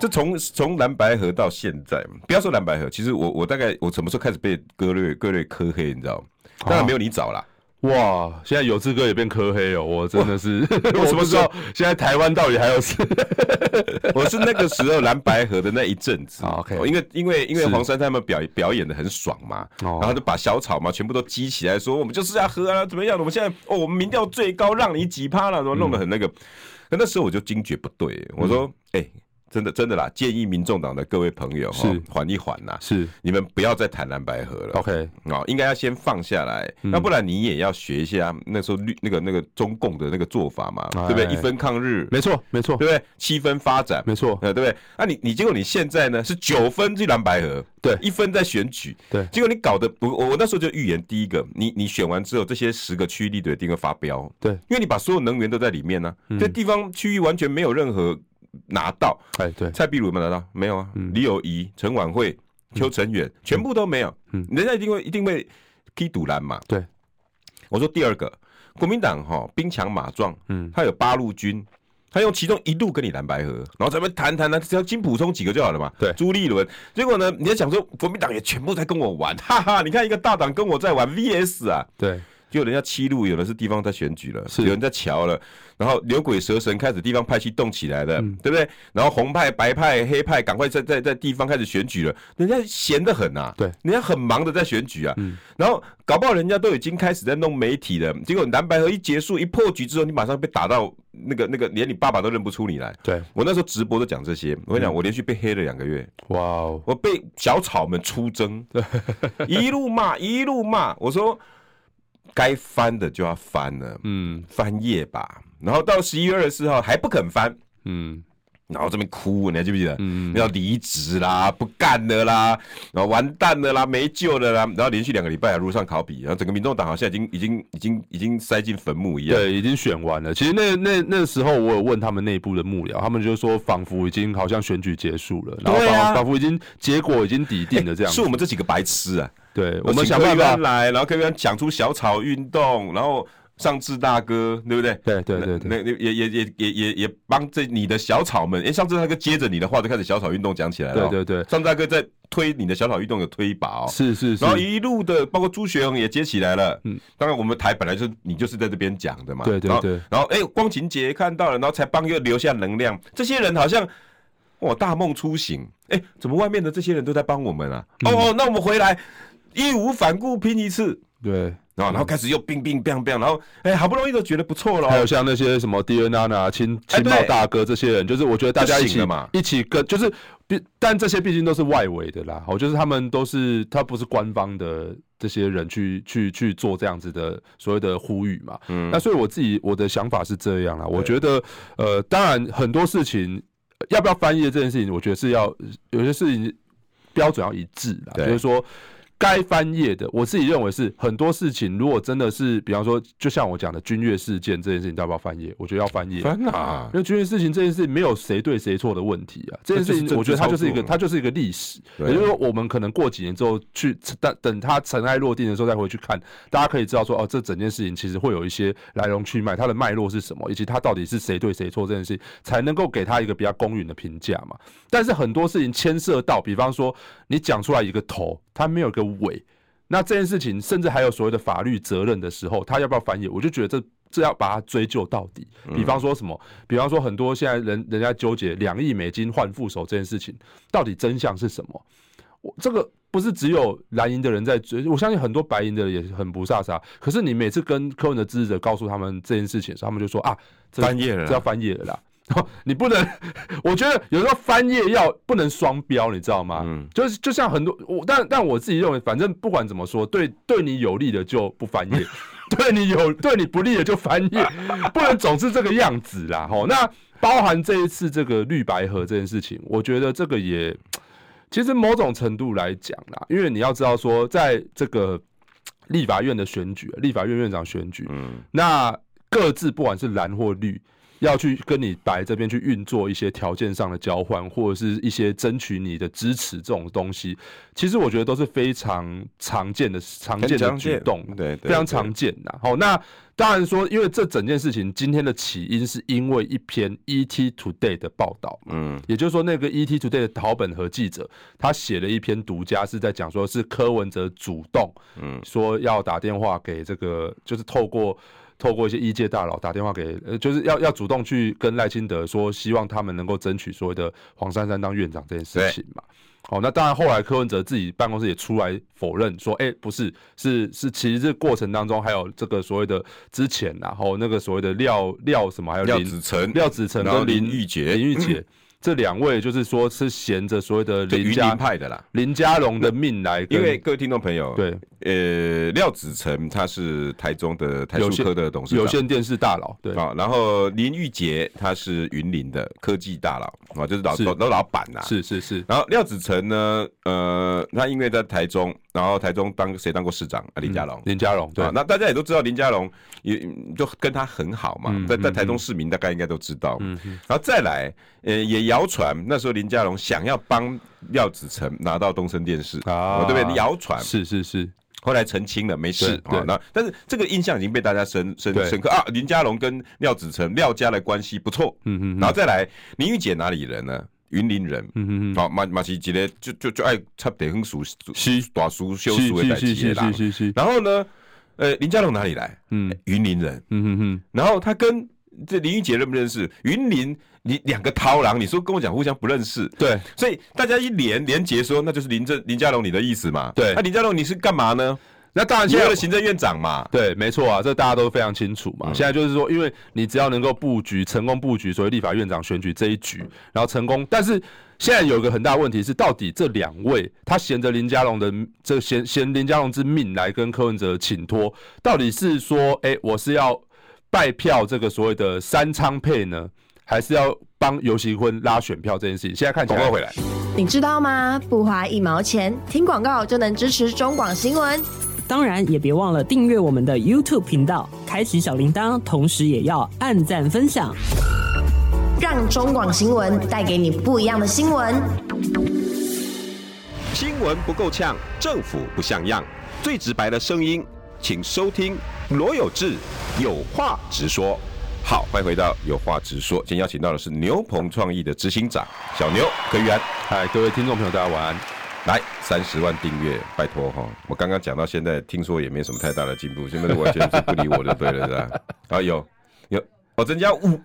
这从从蓝白河到现在，不要说
哦
蓝白河，其实我我大概我什么时候开始被割略割略科黑，你知道吗？当然没有你早啦，
哇，现在有志哥也变科黑哦，我真的是， <laughs> 我
什
不
么
知
时候
道现在台湾到底还有谁？
<laughs> 我是那个时候蓝白河的那一阵子
啊，OK
因为因为因为
是
黄珊他们表表演的很爽嘛，
哦
然后就把小草嘛全部都激起来，说我们就是要喝啊，怎么样的？我们现在哦，我们民调最高，让你几趴了，怎么弄得很那
嗯
个？可那时候我就惊觉不对，我说哎、真的真的啦，建议民众党的各位朋友
是
哦缓一缓啦，
是
你们不要再谈蓝白河了。
OK，嗯
哦，应该要先放下来，那不然你也要学一下那时候绿那个那个中共的那个做法嘛，对不对？
哎
一分抗日，
没错没错
对不对？七分发展，
没错，
呃，对不对？啊你，你结果你现在呢是九分去蓝白河，
对
一分在选举，
对
结果你搞得我我我那时候就预言第一个，你你选完之后，这些十个区域立委一定会发飙，
对
因为你把所有能源都在里面呢、啊
嗯
这地方区域完全没有任何拿到，
哎对，
蔡壁如有没有拿到？没有啊，
嗯
李友仪、陈婉慧、邱成远、全部都没有，
嗯
人家一定会一定会踢赌蓝嘛，
对，
我说第二个，国民党哈、兵强马壮，
嗯
他有八路军，他用其中一路跟你蓝白合，然后咱们谈谈谈，只要金普充几个就好了嘛。
对
朱立伦。结果呢，你要想说国民党也全部在跟我玩，哈哈！你看一个大党跟我在玩 VS 啊，
对
就人家七路有的是地方在选举了，
是
有人在瞧了，然后牛鬼蛇神开始地方派系动起来了，
嗯
对不对？然后红派、白派、黑派赶快在在在地方开始选举了，人家闲得很啊，
对嗯
人家很忙的在选举啊，然后搞不好人家都已经开始在弄媒体了，结果蓝白合一结束一破局之后，你马上被打到那个那个，连你爸爸都认不出你来。
对，
我那时候直播都讲这些，我跟你
嗯
讲，我连续被黑了两个月，
哇哦，
我被小草们出征，一路骂 <laughs> 一路骂，我说该翻的就要翻了，
嗯
翻页吧。然后到十一月二十四号还不肯翻，
嗯
然后这边哭，你还记不记得？
嗯
要离职啦，不干了啦，然后完蛋了啦，没救了啦。然后连续两个礼拜还啊如上考比，然后整个民众党好像已经已经已经已经塞进坟墓一样。
对，已经选完了。其实那那那时候，我有问他们内部的幕僚，他们就说仿佛已经好像选举结束了，然后
对
仿、
啊
仿佛已经结果已经底定了这
<laughs>
样
是
子。
我们这几个白痴啊！
对，我们想办
请柯
法
源。来，然后科员讲出小草运动，然后上志大哥，对不对？
对对对对，
那那也也也也也也帮这你的小草们，哎、上次大哥接着你的话就开始小草运动讲起来了、哦
对对对
上次大哥在推你的小草运动有推一把哦，
是是是
然，后一路的包括朱学恒也接起来了，
嗯
嗯，当然我们台本来就是你就是在这边讲的嘛，
对对
然后
对
然后哎、光晴节看到了，然后才帮又留下能量，这些人好像。哇，大梦初醒！哎、怎么外面的这些人都在帮我们啊？
嗯
哦哦，那我们回来义无反顾拼一次，哦
对。
然后然后开始又冰冰冰冰，然后哎、好不容易都觉得不错了哦，
嗯还有像那些什么 d n a 啊、青
哎
青
对
茂大哥这些人，就是我觉得大家一
就
起
醒了嘛
一起跟，就是毕，但这些毕竟都是外围的啦。哦我就是他们都是，他不是官方的这些人去去去做这样子的所谓的呼吁嘛。嗯，那所以我自己我的想法是这样啦，我觉得呃，当然很多事情呃要不要翻页这件事情，我觉得是要有些事情标准要一致啦，
对
就是说。该翻页的，我自己认为是很多事情，如果真的是，比方说，就像我讲的军乐事件这件事情，要不要翻页？我觉得要翻页。
烦啊！
因为军事事情这件事情没有谁对谁错的问题啊，这件
那
事
就是
情
政
我觉得它
治
就是一个
操作啊
它就是一个历史，也
对啊
就是说我们可能过几年之后去等等它尘埃落定的时候再回去看，大家可以知道说哦，这整件事情其实会有一些来龙去脉，它的脉络是什么，以及它到底是谁对谁错这件事情，才能够给他一个比较公允的评价嘛。但是很多事情牵涉到，比方说你讲出来一个头，它没有一个尾，那这件事情甚至还有所谓的法律责任的时候，他要不要反野？我就觉得这这要把它追究到底。
嗯
比方说什么？比方说很多现在人人家纠结两亿美金换副手这件事情，到底真相是什么？我这个不是只有蓝营的人在追，我相信很多白营的人也很不飒飒。可是你每次跟柯文的支持者告诉他们这件事情的时候，他们就说啊，这
翻页了啦
这要翻页了啦。你不能，我觉得有时候翻页要不能双标，你知道吗？
嗯
就是就像很多我，但但我自己认为，反正不管怎么说，对对你有利的就不翻页， <laughs> 对你有对你不利的就翻页， <laughs> 不能总是这个样子啦。吼，那包含这一次这个绿白河这件事情，我觉得这个也其实某种程度来讲啦，因为你要知道说，在这个立法院的选举，立法院院长选举，
嗯，
那各自不管是蓝或绿，要去跟你白这边去运作一些条件上的交换，或者是一些争取你的支持这种东西，其实我觉得都是非常常见的常见的举动，
对，对
非常常见呐。好，那当然说，因为这整件事情今天的起因是因为一篇 ET Today 的报道，
嗯，
也就是说，那个 ET Today 的草本和记者，他写了一篇独家，是在讲说是柯文哲主动，嗯
嗯，
说要打电话给这个，就是透过透过一些医 E 界大佬打电话给，呃，就是要要主动去跟赖清德说，希望他们能够争取所谓的黄珊珊当院长这件事情嘛。好，那当然，后来柯文哲自己办公室也出来否认说，哎、不是，是是，其实这过程当中还有这个所谓的之前啊，然后那个所谓的廖廖什么，还有
廖
林
子成，
廖子成
然后
跟林
林玉杰
林玉杰这两位，就是说是衔着所谓的
就
林
云
家
林派的啦。
林家龙的命来跟，
因为各位听众朋友，，
对
呃，廖子成他是台中的台
有
塑
线
科的董事长，
有线电视大佬，对，
啊、然后林玉杰他是云林的科技大佬啊、就是老
是
老老老板呐、
是是是，
然后廖子成呢，呃，他因为在台中，然后台中当谁当过市长？啊、林佳龙。
嗯林家龙，对
啊，，那大家也都知道林佳龙也嗯就跟他很好嘛，
嗯
在在
嗯
台中市民大概应该都知道。然后再来，呃，也谣传那时候林佳龙想要帮廖子成拿到东森电视
啊
对不对？谣传，
是是是，
后来澄清了，没事
对
啊。那但是这个印象已经被大家深深
对
深刻啊。林佳龙跟廖子成、廖家的关系不错，
嗯嗯
然后再来林玉姐哪里人呢？云林人，哦
嗯嗯嗯，
好马马奇杰嘞，就就就爱插地很熟，短熟修熟的代
是是
志的
是
啦
是。是是，
然后呢，呃，林佳龙哪里来？
嗯
云林人。
嗯嗯嗯，
然后他跟这林玉姐认不认识？云林，你两个涛郎，你说跟我讲互相不认识，
对，
所以大家一连连结说，那就是林正林佳龙你的意思嘛？
对
那、林佳龙你是干嘛呢？
那当然
你
现
为
在
了。行政院长嘛？
对，没错啊，这大家都非常清楚嘛。
嗯
现在就是说，因为你只要能够布局成功布局所谓立法院长选举这一局，然后成功，但是现在有一个很大的问题是，到底这两位他衔着林佳龙的这衔衔林佳龙之命来跟柯文哲请托，到底是说，哎、我是要拜票这个所谓的三仓配呢，还是要帮游锡坤拉选票这件事情？现在看起
广
来
告回来，
你知道吗？不花一毛钱，听广告就能支持中广新闻。
当然也别忘了订阅我们的 YouTube 频道，开启小铃铛，同时也要按赞分享。
让中广新闻带给你不一样的新闻。
新闻不够呛，政府不像样，最直白的声音，请收听罗有志有话直说。
好，欢迎回到有话直说。今天邀请到的是牛棚创意的执行长小牛柯玉安，
嗨，哎各位听众朋友，大家晚安。
来三十万订阅，拜托哈！我刚刚讲到现在，听说也没什么太大的进步，现在完全是不理我就对了，是吧？啊，有有，我、哦、增加五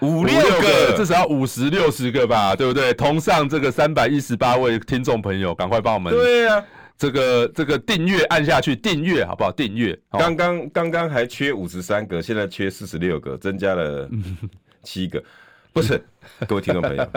五六个，
至少要五十六十个吧，对不对？同上这个三百一十八位听众朋友，赶快帮我们
对呀、啊。
这个这个订阅按下去，订阅好不好？订阅，好
刚刚刚刚还缺五十三个，现在缺四十六个，增加
<laughs>
了七个。不是，各位听众朋友，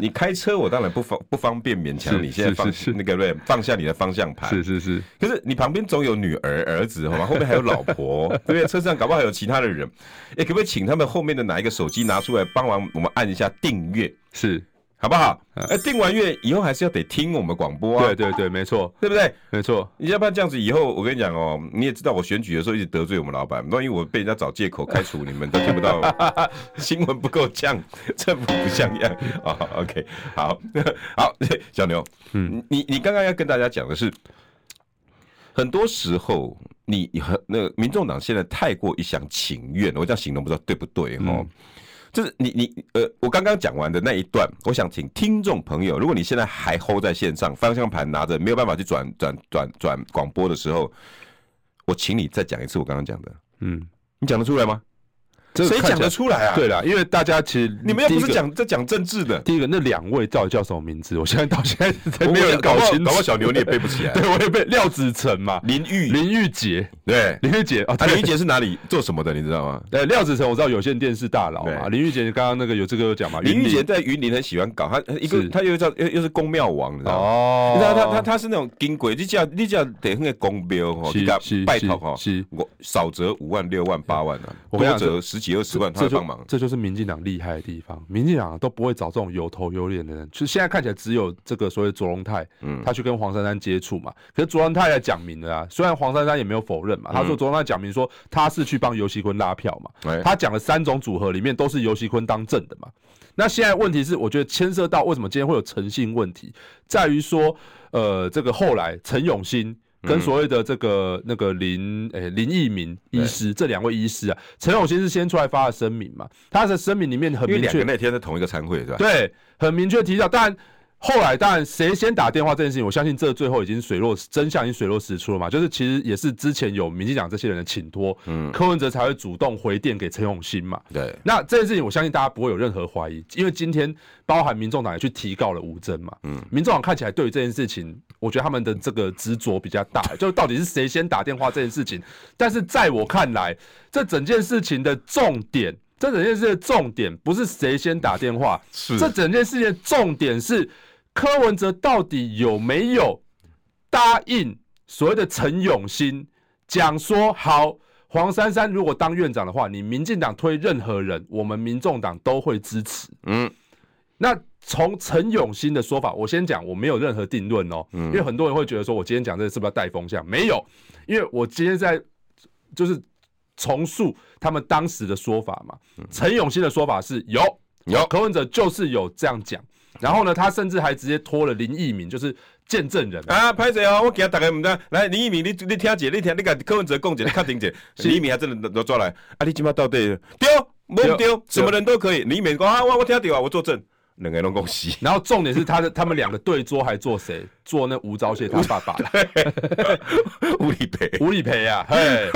你开车我当然不方不方便勉强你。
是
现在放
是是
那个 RAM 放下你的方向盘，
是是是，
可是你旁边总有女儿、儿子，好吗？后面还有老
<laughs>
婆，对不对？车上搞不好还有其他的人。哎、可不可以请他们后面的哪一个手机拿出来，帮忙我们按一下订阅，
是，
好不好？哎、订完阅以后还是要得听我们广播啊，
啊对对对，没错
对不对？
没错，
哦你要不然这样子，以后我跟你讲哦，你也知道我选举的时候一直得罪我们老板，万一我被人家找借口开除，你们都听不到， <laughs> 新闻不够呛，政府不像样 <laughs> 啊、OK，好 <laughs> 好，小牛，嗯，你你刚刚要跟大家讲的是，很多时候你很那个民众党现在太过一厢情愿，我这样形容不知道对不对哦。就是你你呃，我刚刚讲完的那一段，我想请听众朋友，如果你现在还 hold 在线上，方向盘拿着没有办法去转转转转广播的时候，我请你再讲一次我刚刚讲的，
嗯，
你讲得出来吗？
这个
谁
看
讲
起来
得出来啊？
对，啦，因为大家其实
你们又不
第一
是
个
讲在讲政治的，
第一个那两位到底叫什么名字？我现在到现在才
我
没有人
搞不好
清楚，
搞不好小牛你也背不起来
<laughs> 对我也被廖子
<laughs>
成嘛，
林玉
林
<laughs>
玉杰，
对，
林玉 <laughs> 杰哦，
啊，
对
林玉杰是哪里做什么的，你知道吗？
呃，廖子成我知道有线电视大佬嘛，
对
林玉杰刚刚那个有这个有讲嘛，
林玉
云
杰
<laughs> 林
在云林很喜欢搞，他一个
是
他又叫又又是公庙王，你知道吗？
哦，
你知道他他他是那种金鬼，你只要你只要得那个公标哦，
是
你给他
是
拜托哦
是是，
我少则五万六万八万啊，
我跟你
多
讲
则十起二十万，他
这
会
就
帮忙。
这就是民进党厉害的地方，民进党都不会找这种有头有脸的人。就现在看起来只有这个所谓的卓荣泰，
嗯
他去跟黄珊珊接触嘛。可是卓荣泰也讲明了啊，虽然黄珊珊也没有否认嘛，他
嗯
说卓荣泰讲明说他是去帮尤熙坤拉票嘛，
哎
他讲了三种组合里面都是尤熙坤当正的嘛。那现在问题是，我觉得牵涉到为什么今天会有诚信问题，在于说，呃，这个后来陈永新。
嗯
跟所谓的这个那个林诶、林义明医师这两位医师啊，陈永新是先出来发了声明嘛，他的声明里面很
因为
明
两
确
个，那天在同一个餐会，是吧？
对，很明确提到。但后来，当然谁先打电话这件事情，我相信这最后已经水落真相已经水落石出了嘛。就是其实也是之前有民进党这些人的请托，
嗯
柯文哲才会主动回电给陈永新嘛。
对，
那这件事情，我相信大家不会有任何怀疑，因为今天包含民众党也去提告了吴征嘛。嗯，民众党看起来对于这件事情，我觉得他们的这个执着比较大，就是到底是谁先打电话这件事情。但是在我看来，这整件事情的重点，这整件事的重点不是谁先打电话，
是
这整件事情的重点是柯文哲到底有没有答应所谓的陈永新讲说好。黄珊珊如果当院长的话，你民进党推任何人，我们民众党都会支持。
嗯，
那从陈永新的说法，我先讲，我没有任何定论哦，因为很多人会觉得说我今天讲这个是不是要带风向？没有，因为我今天在就是重述他们当时的说法嘛。陈永新的说法是有
有
柯文哲就是有这样讲，然后呢，他甚至还直接拖了林奕敏，就是见证人啊
啊，拍谁哦？我给他打开门单，来林一鸣，你你听姐，你听你甲柯文哲共姐，你看
<laughs>
婷姐，林一鸣还真的都抓来，啊，你今麦到底丢不丢？什么人都可以，林一鸣讲啊，我我听到啊，我作证，两个人恭喜。
然后重点是他的他们两个对桌还做谁？做那吴钊燮他爸爸啦
吴理培，
<laughs> 吴理培啊，嘿，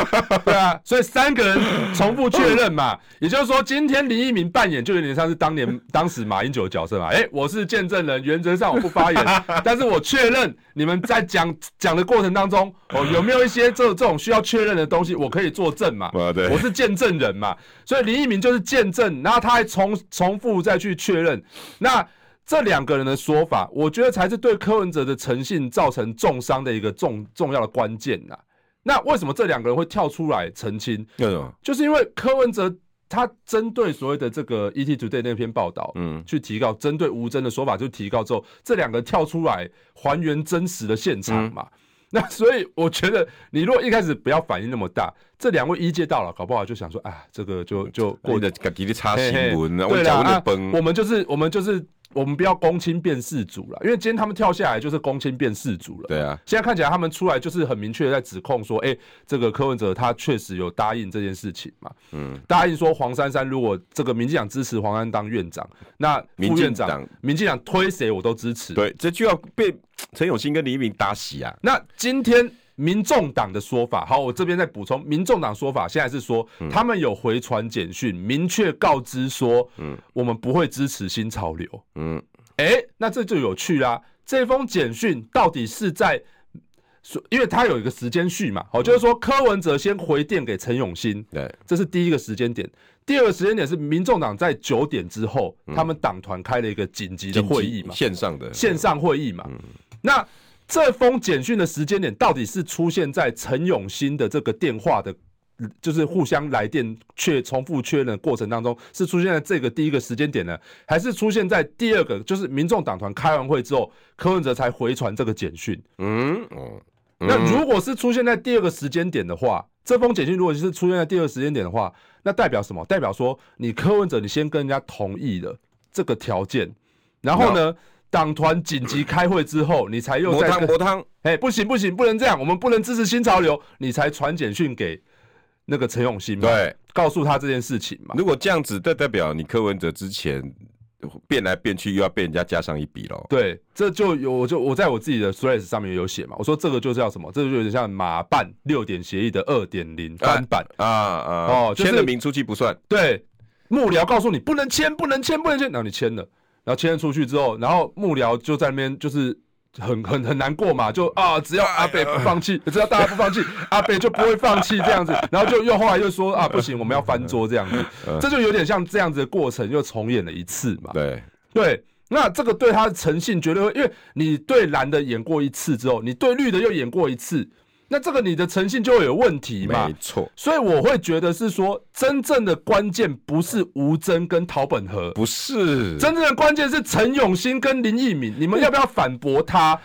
对啊，所以三个人重复确认嘛， <laughs> 也就是说今天林一鸣扮演就有点像是当年 <laughs> 当时马英九的角色嘛，哎，我是见证人，原则上我不发言，但是我确认你们在讲讲的过程当中，哦，有没有一些这这种需要确认的东西，我可以作证嘛，
啊对
我是见证人嘛，所以林一鸣就是见证，然后他还重重复再去确认，那。这两个人的说法，我觉得才是对柯文哲的诚信造成重伤的一个重重要的关键呐、那为什么这两个人会跳出来澄清？
那种，
就是因为柯文哲他针对所谓的这个 ET Today 那篇报道，
嗯
去提告，针对吴征的说法就提告之后，这两个跳出来还原真实的现场嘛。
嗯
<laughs> 那所以我觉得，你如果一开始不要反应那么大，这两位一届到了，搞不好就想说啊，这个就就过
我的家己咧查新
嘿嘿
闻啊，我
对啦
讲我
啊
的崩
我，们就是我们就是我们不要公亲变世主了，因为今天他们跳下来就是公亲变世主了。
对啊，
现在看起来他们出来就是很明确地在指控说，哎、这个柯文哲他确实有答应这件事情嘛，
嗯，
答应说黄珊珊如果这个民进党支持黄珊珊当院长，那副
民进
院长
党
民进党推谁我都支持。，
对，这就要被陈永新跟林一鸣打洗啊，
那今天民众党的说法，好，我这边再补充，民众党说法现在是说、
嗯
他们有回传简讯，明确告知说，嗯，我们不会支持新潮流。
嗯，
哎、那这就有趣啦。这封简讯到底是在，嗯所因为它有一个时间序嘛，哦，就是说柯文哲先回电给陈永新，
对，
这是第一个时间点。第二个时间点是民众党在九点之后，他们党团开了一个嗯紧急的会议嘛，
线上的
线上会议嘛。那这封简讯的时间点到底是出现在陈永新的这个电话的，就是互相来电确重复确认的过程当中，是出现在这个第一个时间点呢，还是出现在第二个，就是民众党团开完会之后，柯文哲才回传这个简讯？
嗯，哦，
那如果是出现在第二个时间点的话，这封简讯如果是出现在第二个时间点的话，那代表什么？代表说你柯文哲你先跟人家同意了这个条件，然后呢，党团紧急开会之后，你才又
磨
在
汤
跟
磨汤，
哎不行不行不能这样，我们不能支持新潮流，你才传简讯给那个陈永新嘛，
对，
告诉他这件事情嘛。
如果这样子，这代表你柯文哲之前变来变去，又要被人家加上一笔喽。
对，这就有我就我在我自己的 threads 上面有写嘛，我说这个就叫什么？这个就有点像马办六点协议的二点零翻版。
啊啊
哦就是
签了名出去不算，
对，幕僚告诉你不能签，不能签，不能签，然后你签了，然后签了出去之后，然后幕僚就在那边就是。很很很难过嘛，就啊，只要阿北不放弃，只要大家不放弃，阿北就不会放弃这样子，然后就又后来又说啊，不行，我们要翻桌这样子，这就有点像这样子的过程又重演了一次嘛。
对，
对，那这个对他的诚信绝对会，因为你对蓝的演过一次之后，你对绿的又演过一次，那这个你的诚信就会有问题嘛
没。错，
所以我会觉得是说，真正的关键不是吴征跟陶本和，
不是
真正的关键是陈永新跟林奕敏，你们要不要反驳他？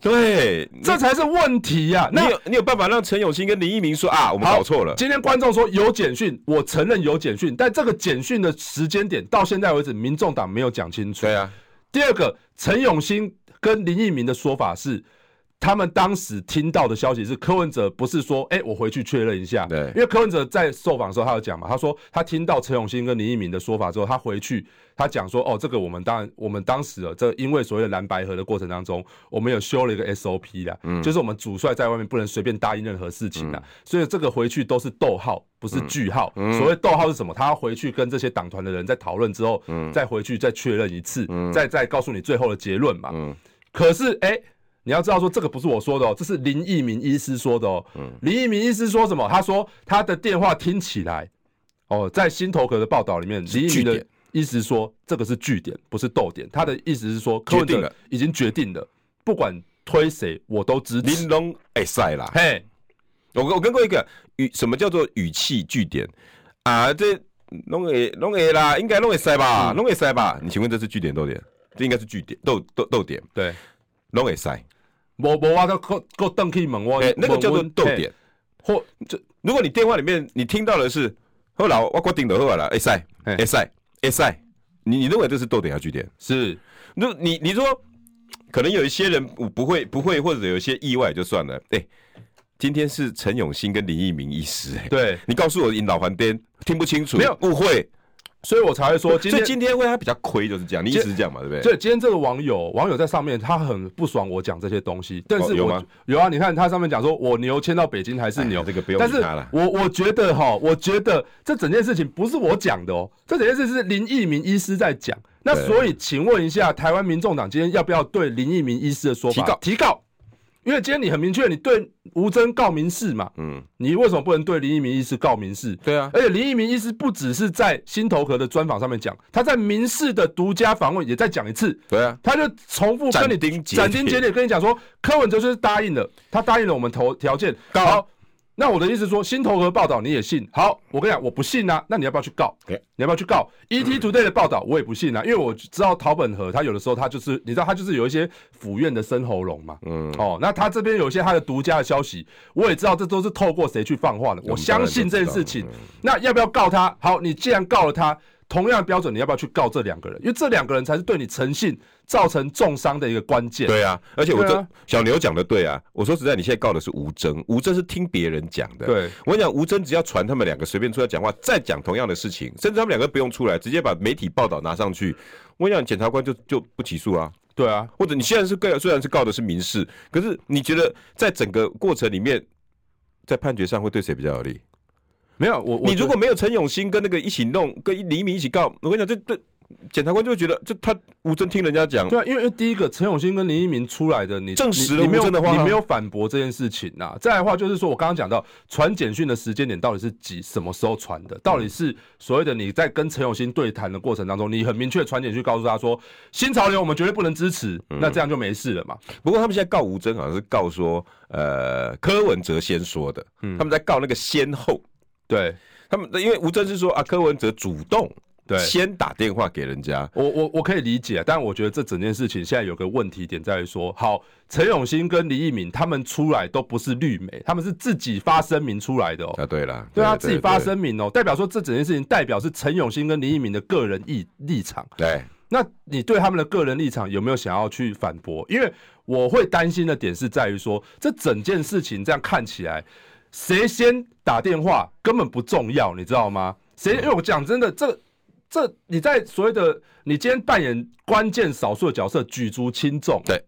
对，你
这才是问题呀、
嗯你
那
有你有办法让陈永新跟林一鸣说啊，我们搞错了，
今天观众说有简讯，我承认有简讯，但这个简讯的时间点到现在为止，民众党没有讲清楚。
对啊，
第二个，陈永新跟林奕明的说法是，他们当时听到的消息是柯文哲不是说，哎、我回去确认一下。
对
因为柯文哲在受访的时候，他有讲嘛，他说他听到陈永新跟林奕明的说法之后，他回去他讲说，哦，这个我们当然我们当时呃，这因为所谓的蓝白合的过程当中，我们有修了一个 SOP 啦，
嗯
就是我们主帅在外面不能随便答应任何事情啦，所以这个回去都是逗号，不
嗯
是句号。所谓逗号是什么？他要回去跟这些党团的人在讨论之后，
嗯
再回去再确认一次，再再告诉你最后的结论嘛。
嗯
可是哎、你要知道说这个不是我说的哦，这是林奕明医师说的哦。
嗯
林奕明医师说什么？他说他的电话听起来，哦，在新头壳的报道里面，林奕
据
明的
点
意思说这个是据点，不是逗点。他的意思是说，柯
决
文
定
哲
了
已经决定了，不管推谁，我都支
林
持。
龙哎塞啦，
嘿，
我跟我跟各位讲，语什么叫做语气据点啊？这弄诶弄诶啦，应该弄诶塞吧，
嗯
弄诶塞吧。你请问这是据点逗点？这应该是据点逗逗逗点，
对，
弄诶塞，
我我挖个够够邓可以猛哦我
哎，那个叫做逗，
问问
点
嘿。或
这如果你电话里面你听到的是“后来我我顶的后来了”，哎塞
嘿
哎塞哎塞，你你认为这是逗点还是句点？
是
那你你说，可能有一些人不不会不会，或者有一些意外就算了。哎、今天是陈永新跟林奕明医师、哎，
对，
你告诉我引导环颠听不清楚，
没有
误会。
所以我才会说今
所
天
以今天为他比较亏就是这样，你一直这样嘛，对不对？
对，今天这个网友，网友在上面他很不爽我讲这些东西，但是
哦有
我、
吗
有啊，你看他上面讲说我牛迁到北京还是牛，
哎这个不用
但
理
是
他了
我我觉得哈，我觉得这整件事情不是我讲的哦，这整件事是林奕明医师在讲。那
对
所以，请问一下，台湾民众党今天要不要对林奕明医师的说法
提告
提告，因为今天你很明确，你对吴征告民事嘛，
嗯，
你为什么不能对林奕明医师告民事？
对啊
而且林一鸣医师不只是在新头壳的专访上面讲，他在民事的独家访问也再讲一次，
对啊，
他就重复跟你
斩钉截铁
斩钉截 <laughs> 铁跟你讲说，柯文哲就是答应了，他答应了我们投条件。
告
好，那我的意思说，新头壳报道你也信？好，我跟你讲，我不信啊，那你要不要去告？
哎
你要不要去告？ET Today 的报道我也不信啊，因为我知道陶本和他有的时候他就是，你知道他就是有一些府院的生喉咙嘛，嗯，哦，那他这边有一些他的独家的消息，我也知道这都是透过谁去放话的，我相信这件事
嗯
情。那要不要告他？好，你既然告了他，同样的标准，你要不要去告这两个人？因为这两个人才是对你诚信造成重伤的一个关键。
对啊，而且我
对
这
啊
小牛讲的对啊，我说实在，你现在告的是吴征，吴征是听别人讲的。
对
我跟你讲，吴征只要传他们两个随便出来讲话，再讲同样的事情，甚至他们两个不用出来，直接把媒体报道拿上去，我跟你讲，检察官就就不起诉啊。
对啊，
或者你现在是告，虽然是告的是民事，可是你觉得在整个过程里面，在判决上会对谁比较有利？
没有我，我
你
觉
如果没有陈永新跟那个一起弄，跟黎明一起告，我跟你讲，这这检察官就会觉得，这他吴征听人家讲，
对啊，因为因为第一个陈永新跟林一鸣出来的，你
证实了
你你没有
吴征的话
你没有反驳这件事情呐、再来的话就是说，我刚刚讲到传简讯的时间点到底是几什么时候传
嗯
的？到底是所谓的你在跟陈永新对谈的过程当中，你很明确地传简讯告诉他说，新潮流我们绝对不能支持，
嗯
那这样就没事了嘛？
不过他们现在告吴征好像是告说，呃，柯文哲先说的，
嗯
他们在告那个先后，
对
他们因为吴征是说啊，柯文哲主动
对，
先打电话给人家，
我我我可以理解，但我觉得这整件事情现在有个问题点在于说，好，陈永新跟李一敏他们出来都不是绿媒，他们是自己发声明出来的哦。
啊，对啦，
对啊，自己发，声明哦，代表说这整件事情代表是陈永新跟李一敏的个人意立场。
对，
那你对他们的个人立场有没有想要去反驳？因为我会担心的点是在于说，这整件事情这样看起来，谁先打电话根本不重要，你知道吗？谁？因为我讲真的，这这你在所谓的你今天扮演关键少数的角色，举足轻重。
对。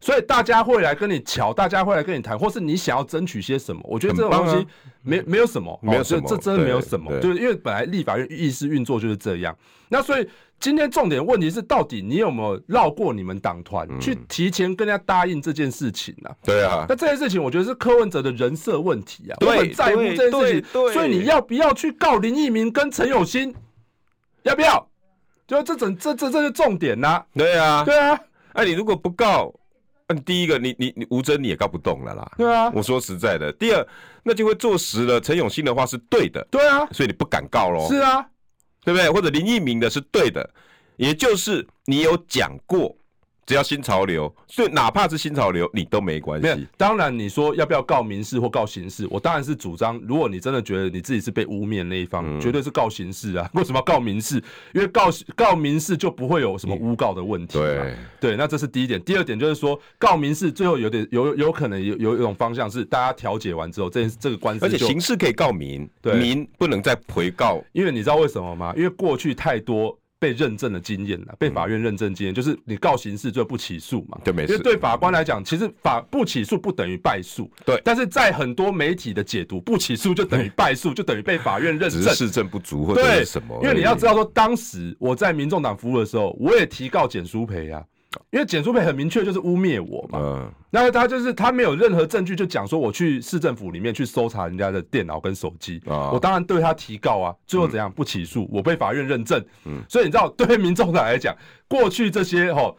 所以大家会来跟你瞧，大家会来跟你谈，或是你想要争取些什么？我觉得这种
很棒
东
啊
西没、没有什么，
没有
哦这
什么
这真的没有
对
什么，
对
就是因为本来立法院议事运作就是这样。那所以今天重点问题是，到底你有没有绕过你们党团、去提前跟人家答应这件事情呢、啊？
对嗯啊，
那这件事情，我觉得是柯文哲的人设问题啊，我
对
很在乎这件事
对
情，
对
所以你要不要去告林奕明跟陈友新？要不要？就这整这这这是重点呐、
对啊，
对啊，
哎、你如果不告，嗯，第一个，你你你吴征你也告不动了啦。
对啊，
我说实在的，第二，那就会坐实了陈永信的话是对的，
对啊，
所以你不敢告喽，
是啊，
对不对？或者林奕明的是对的，也就是你有讲过，只要新潮流，所以哪怕是新潮流，你都没关
没有
系。。
当然，你说要不要告民事或告刑事，我当然是主张，如果你真的觉得你自己是被污蔑那一
嗯
方，绝对是告刑事啊。为 <laughs> 什么要告民事？因为告告民事就不会有什么诬告的问题嘛。
对
对，那这是第一点。第二点就是说，告民事最后有点有有可能有有一种方向是，大家调解完之后，这这个官司
而且
就
刑事可以告民，
对
民不能再回告。
因为你知道为什么吗？因为过去太多被认证的经验了，被法院认证经验，就是你告刑事就不起诉嘛。
嗯对没事
因为对法官来讲，其实法不起诉不等于败诉。
对
但是在很多媒体的解读，不起诉就等于败诉，就等于被法院认
只
证
是。市政不足或者
对
是，什么而已？
因为你要知道说，当时我在民众党服务的时候，我也提告简书培啊，因为简书培很明确就是污蔑我嘛。
嗯，
那他就是他没有任何证据，就讲说我去市政府里面去搜查人家的电脑跟手机，
啊
我当然对他提告啊，最后怎样、不起诉，我被法院认证，
嗯
所以你知道对民众党来讲，过去这些吼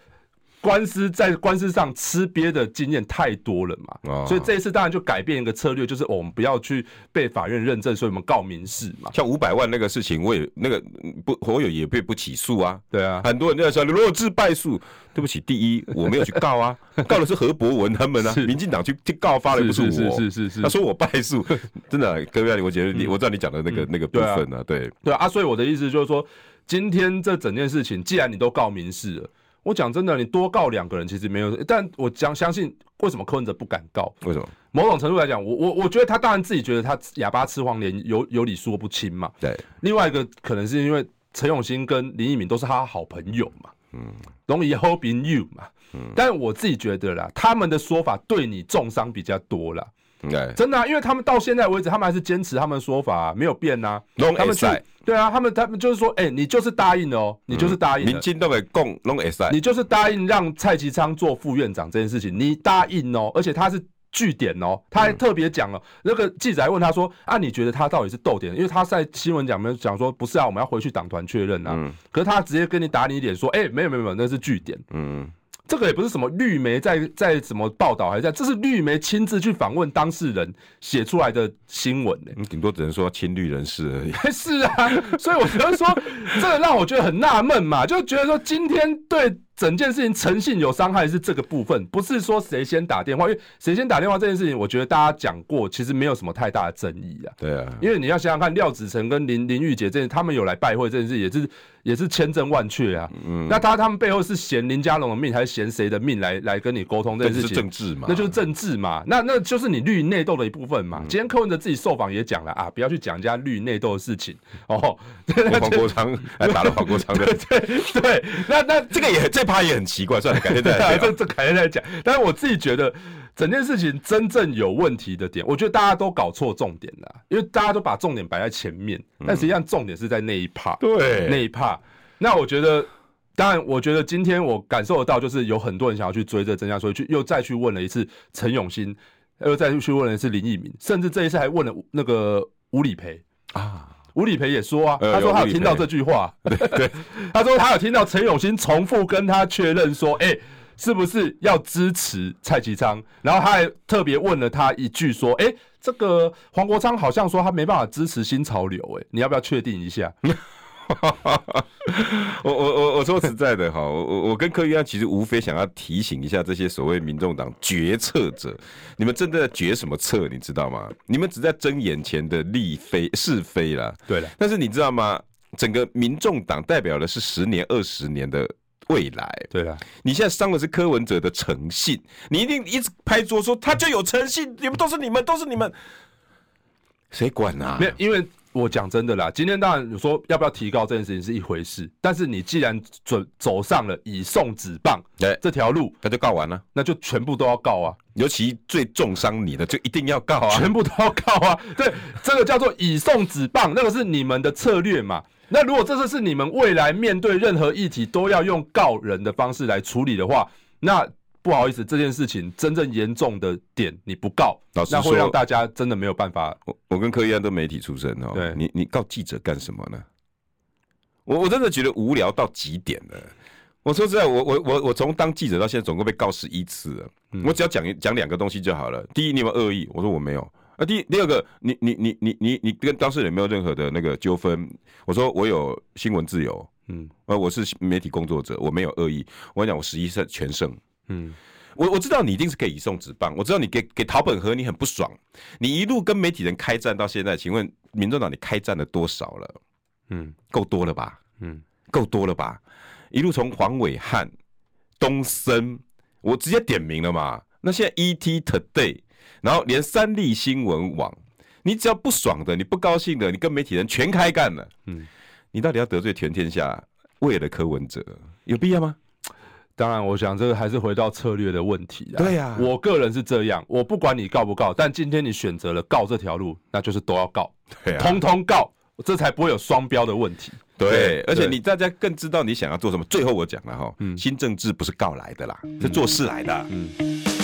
官司在官司上吃瘪的经验太多了嘛，
啊
所以这一次当然就改变一个策略，就是、哦我们不要去被法院认证，所以我们告民事嘛，
像五百万那个事情，我也那个嗯不，侯友宜也被不起诉啊。
对啊，
很多人在说弱智败诉，对不起，第一我没有去告啊，告的是何博文他们啊，
是
民进党去去告发的不我，
是是是是是
他说我败 <laughs> 诉，真的啊、各位啊，我觉得你、我知道你讲的那个、那个部分啊，对，
对啊，所以我的意思就是说，今天这整件事情，既然你都告民事了，我讲真的，你多告两个人其实没有，但我将相信为什么柯文哲不敢告，
为什么？
某种程度来讲，我我我觉得他当然自己觉得他哑巴吃黄连，有有理说不清嘛。
对，
另外一个可能是因为陈永新跟林奕敏都是他好朋友嘛，嗯，容易 hoping you 嘛，嗯，但我自己觉得啦，他们的说法对你重伤比较多啦。
应该
真的、啊，因为他们到现在为止，他们还是坚持他们的说法、啊没有变呐、
拢
他们去
会使
对啊，他们他们就是说，哎、你就是答应了哦，你就是答应了
嗯民进党的共拢会塞，
你就是答应让蔡其昌做副院长这件事情，你答应哦，而且他是。据点哦，他还特别讲了，
嗯
那个记者还问他说：“啊，你觉得他到底是逗点？因为他在新闻讲没有讲说不是啊，我们要回去党团确认啊。可是他直接跟你打你脸说：“哎、没有没有没有，那是据点。”
嗯，
这个也不是什么绿媒在在什么报道，还是在，这是绿媒亲自去访问当事人写出来的新闻欸呢、
你嗯顶多只能说亲绿人士而已。
<laughs> 是啊，所以我觉得说，
<laughs>
这个让我觉得很纳闷嘛，就觉得说今天对整件事情诚信有伤害是这个部分，不是说谁先打电话，因为谁先打电话这件事情，我觉得大家讲过，其实没有什么太大的争议啊。
对啊，
因为你要想想看，廖子成跟林林玉姐这他们有来拜会这件事，也是也是千真万确啊。
嗯
那他他们背后是嫌林家龙的命，还是嫌谁的命来来跟你沟通这
这
件
就
事
是
情？
政治嘛，
那就是政治嘛，嗯那那就是你绿内斗的一部分嘛。今天柯文哲自己受访也讲了啊，不要去讲人家绿内斗的事情哦。 <laughs>
我黄国昌还打了黄国昌的，
对，那那
<laughs> 这个也这趴也很奇怪，算了，改天再来
对啊
聊
<laughs> 这。这改天再讲。但是我自己觉得整件事情真正有问题的点，我觉得大家都搞错重点了，因为大家都把重点摆在前面，但实际上重点是在那一 part。
对
那一趴。那我觉得，当然，我觉得今天我感受得到，就是有很多人想要去追这真相，所以去又再去问了一次陈永新，又再去问了一次林奕明，甚至这一次还问了那个吴理培啊。吴理培也说啊，
呃
他说他有
有吴理培
听到这句话，对，他说他有听到陈永新重复跟他确认说，哎、是不是要支持蔡其昌？然后他还特别问了他一句说，哎、这个黄国昌好像说他没办法支持新潮流、哎，你要不要确定一下？
<laughs> 我我我我说实在的哈，我我我跟柯一样，其实无非想要提醒一下这些所谓民众党决策者，你们真的在决什么策，你知道吗？你们只在争眼前的利非是非啦。
对了。
但是你知道吗？整个民众党代表的是十年、二十年的未来。
对啦，
你现在伤的是柯文哲的诚信，你一定一直拍桌说他就有诚信，你们都是你们，都是你们，谁管啊？
没有，因为我讲真的啦，今天当然你说要不要提高这件事情是一回事，但是你既然准走上了以送纸棒
对
这条路，
哎他就告完了，
那就全部都要告啊，
尤其最重伤你的，就一定要告啊。
全部都要告啊。对，这个叫做以送纸棒，那个是你们的策略嘛。那如果这次是你们未来面对任何议题都要用告人的方式来处理的话，那不好意思，这件事情真正严重的点你不告
老，实
那会
说
让大家真的没有办法。
我我跟柯一安都媒体出身哦，
对
你你告记者干什么呢？我我真的觉得无聊到极点了。我说实在，我我我我从当记者到现在，总共被告十一次了。
嗯
我只要讲一讲两个东西就好了。第一，你有没有恶意？我说我没有。啊，第一第二个，你你你你你你跟当事人有没有任何的那个纠纷？我说我有新闻自由，
嗯
呃，我是媒体工作者，我没有恶意。我跟你讲，我十一胜全胜。
嗯，
我我知道你一定是给以送直棒，我知道你给给陶本和你很不爽，你一路跟媒体人开战到现在，请问民众党你开战了多少了？
嗯
够多了吧？
嗯，
够多了吧？一路从黄伟汉、东森，我直接点名了嘛。那现在 ET Today，然后连三立新闻网，你只要不爽的、你不高兴的，你跟媒体人全开干了。
嗯
嗯，你到底要得罪全天下？为了柯文哲，有必要吗？
当然，我想这个还是回到策略的问题啦。
对啊
我个人是这样，我不管你告不告，但今天你选择了告这条路，那就是都要告，
对啊
通通告，这才不会有双标的问题。
对
对，
而且你大家更知道你想要做什么。最后我讲了哈，新政治不是告来的啦，是做事来的。
嗯
嗯。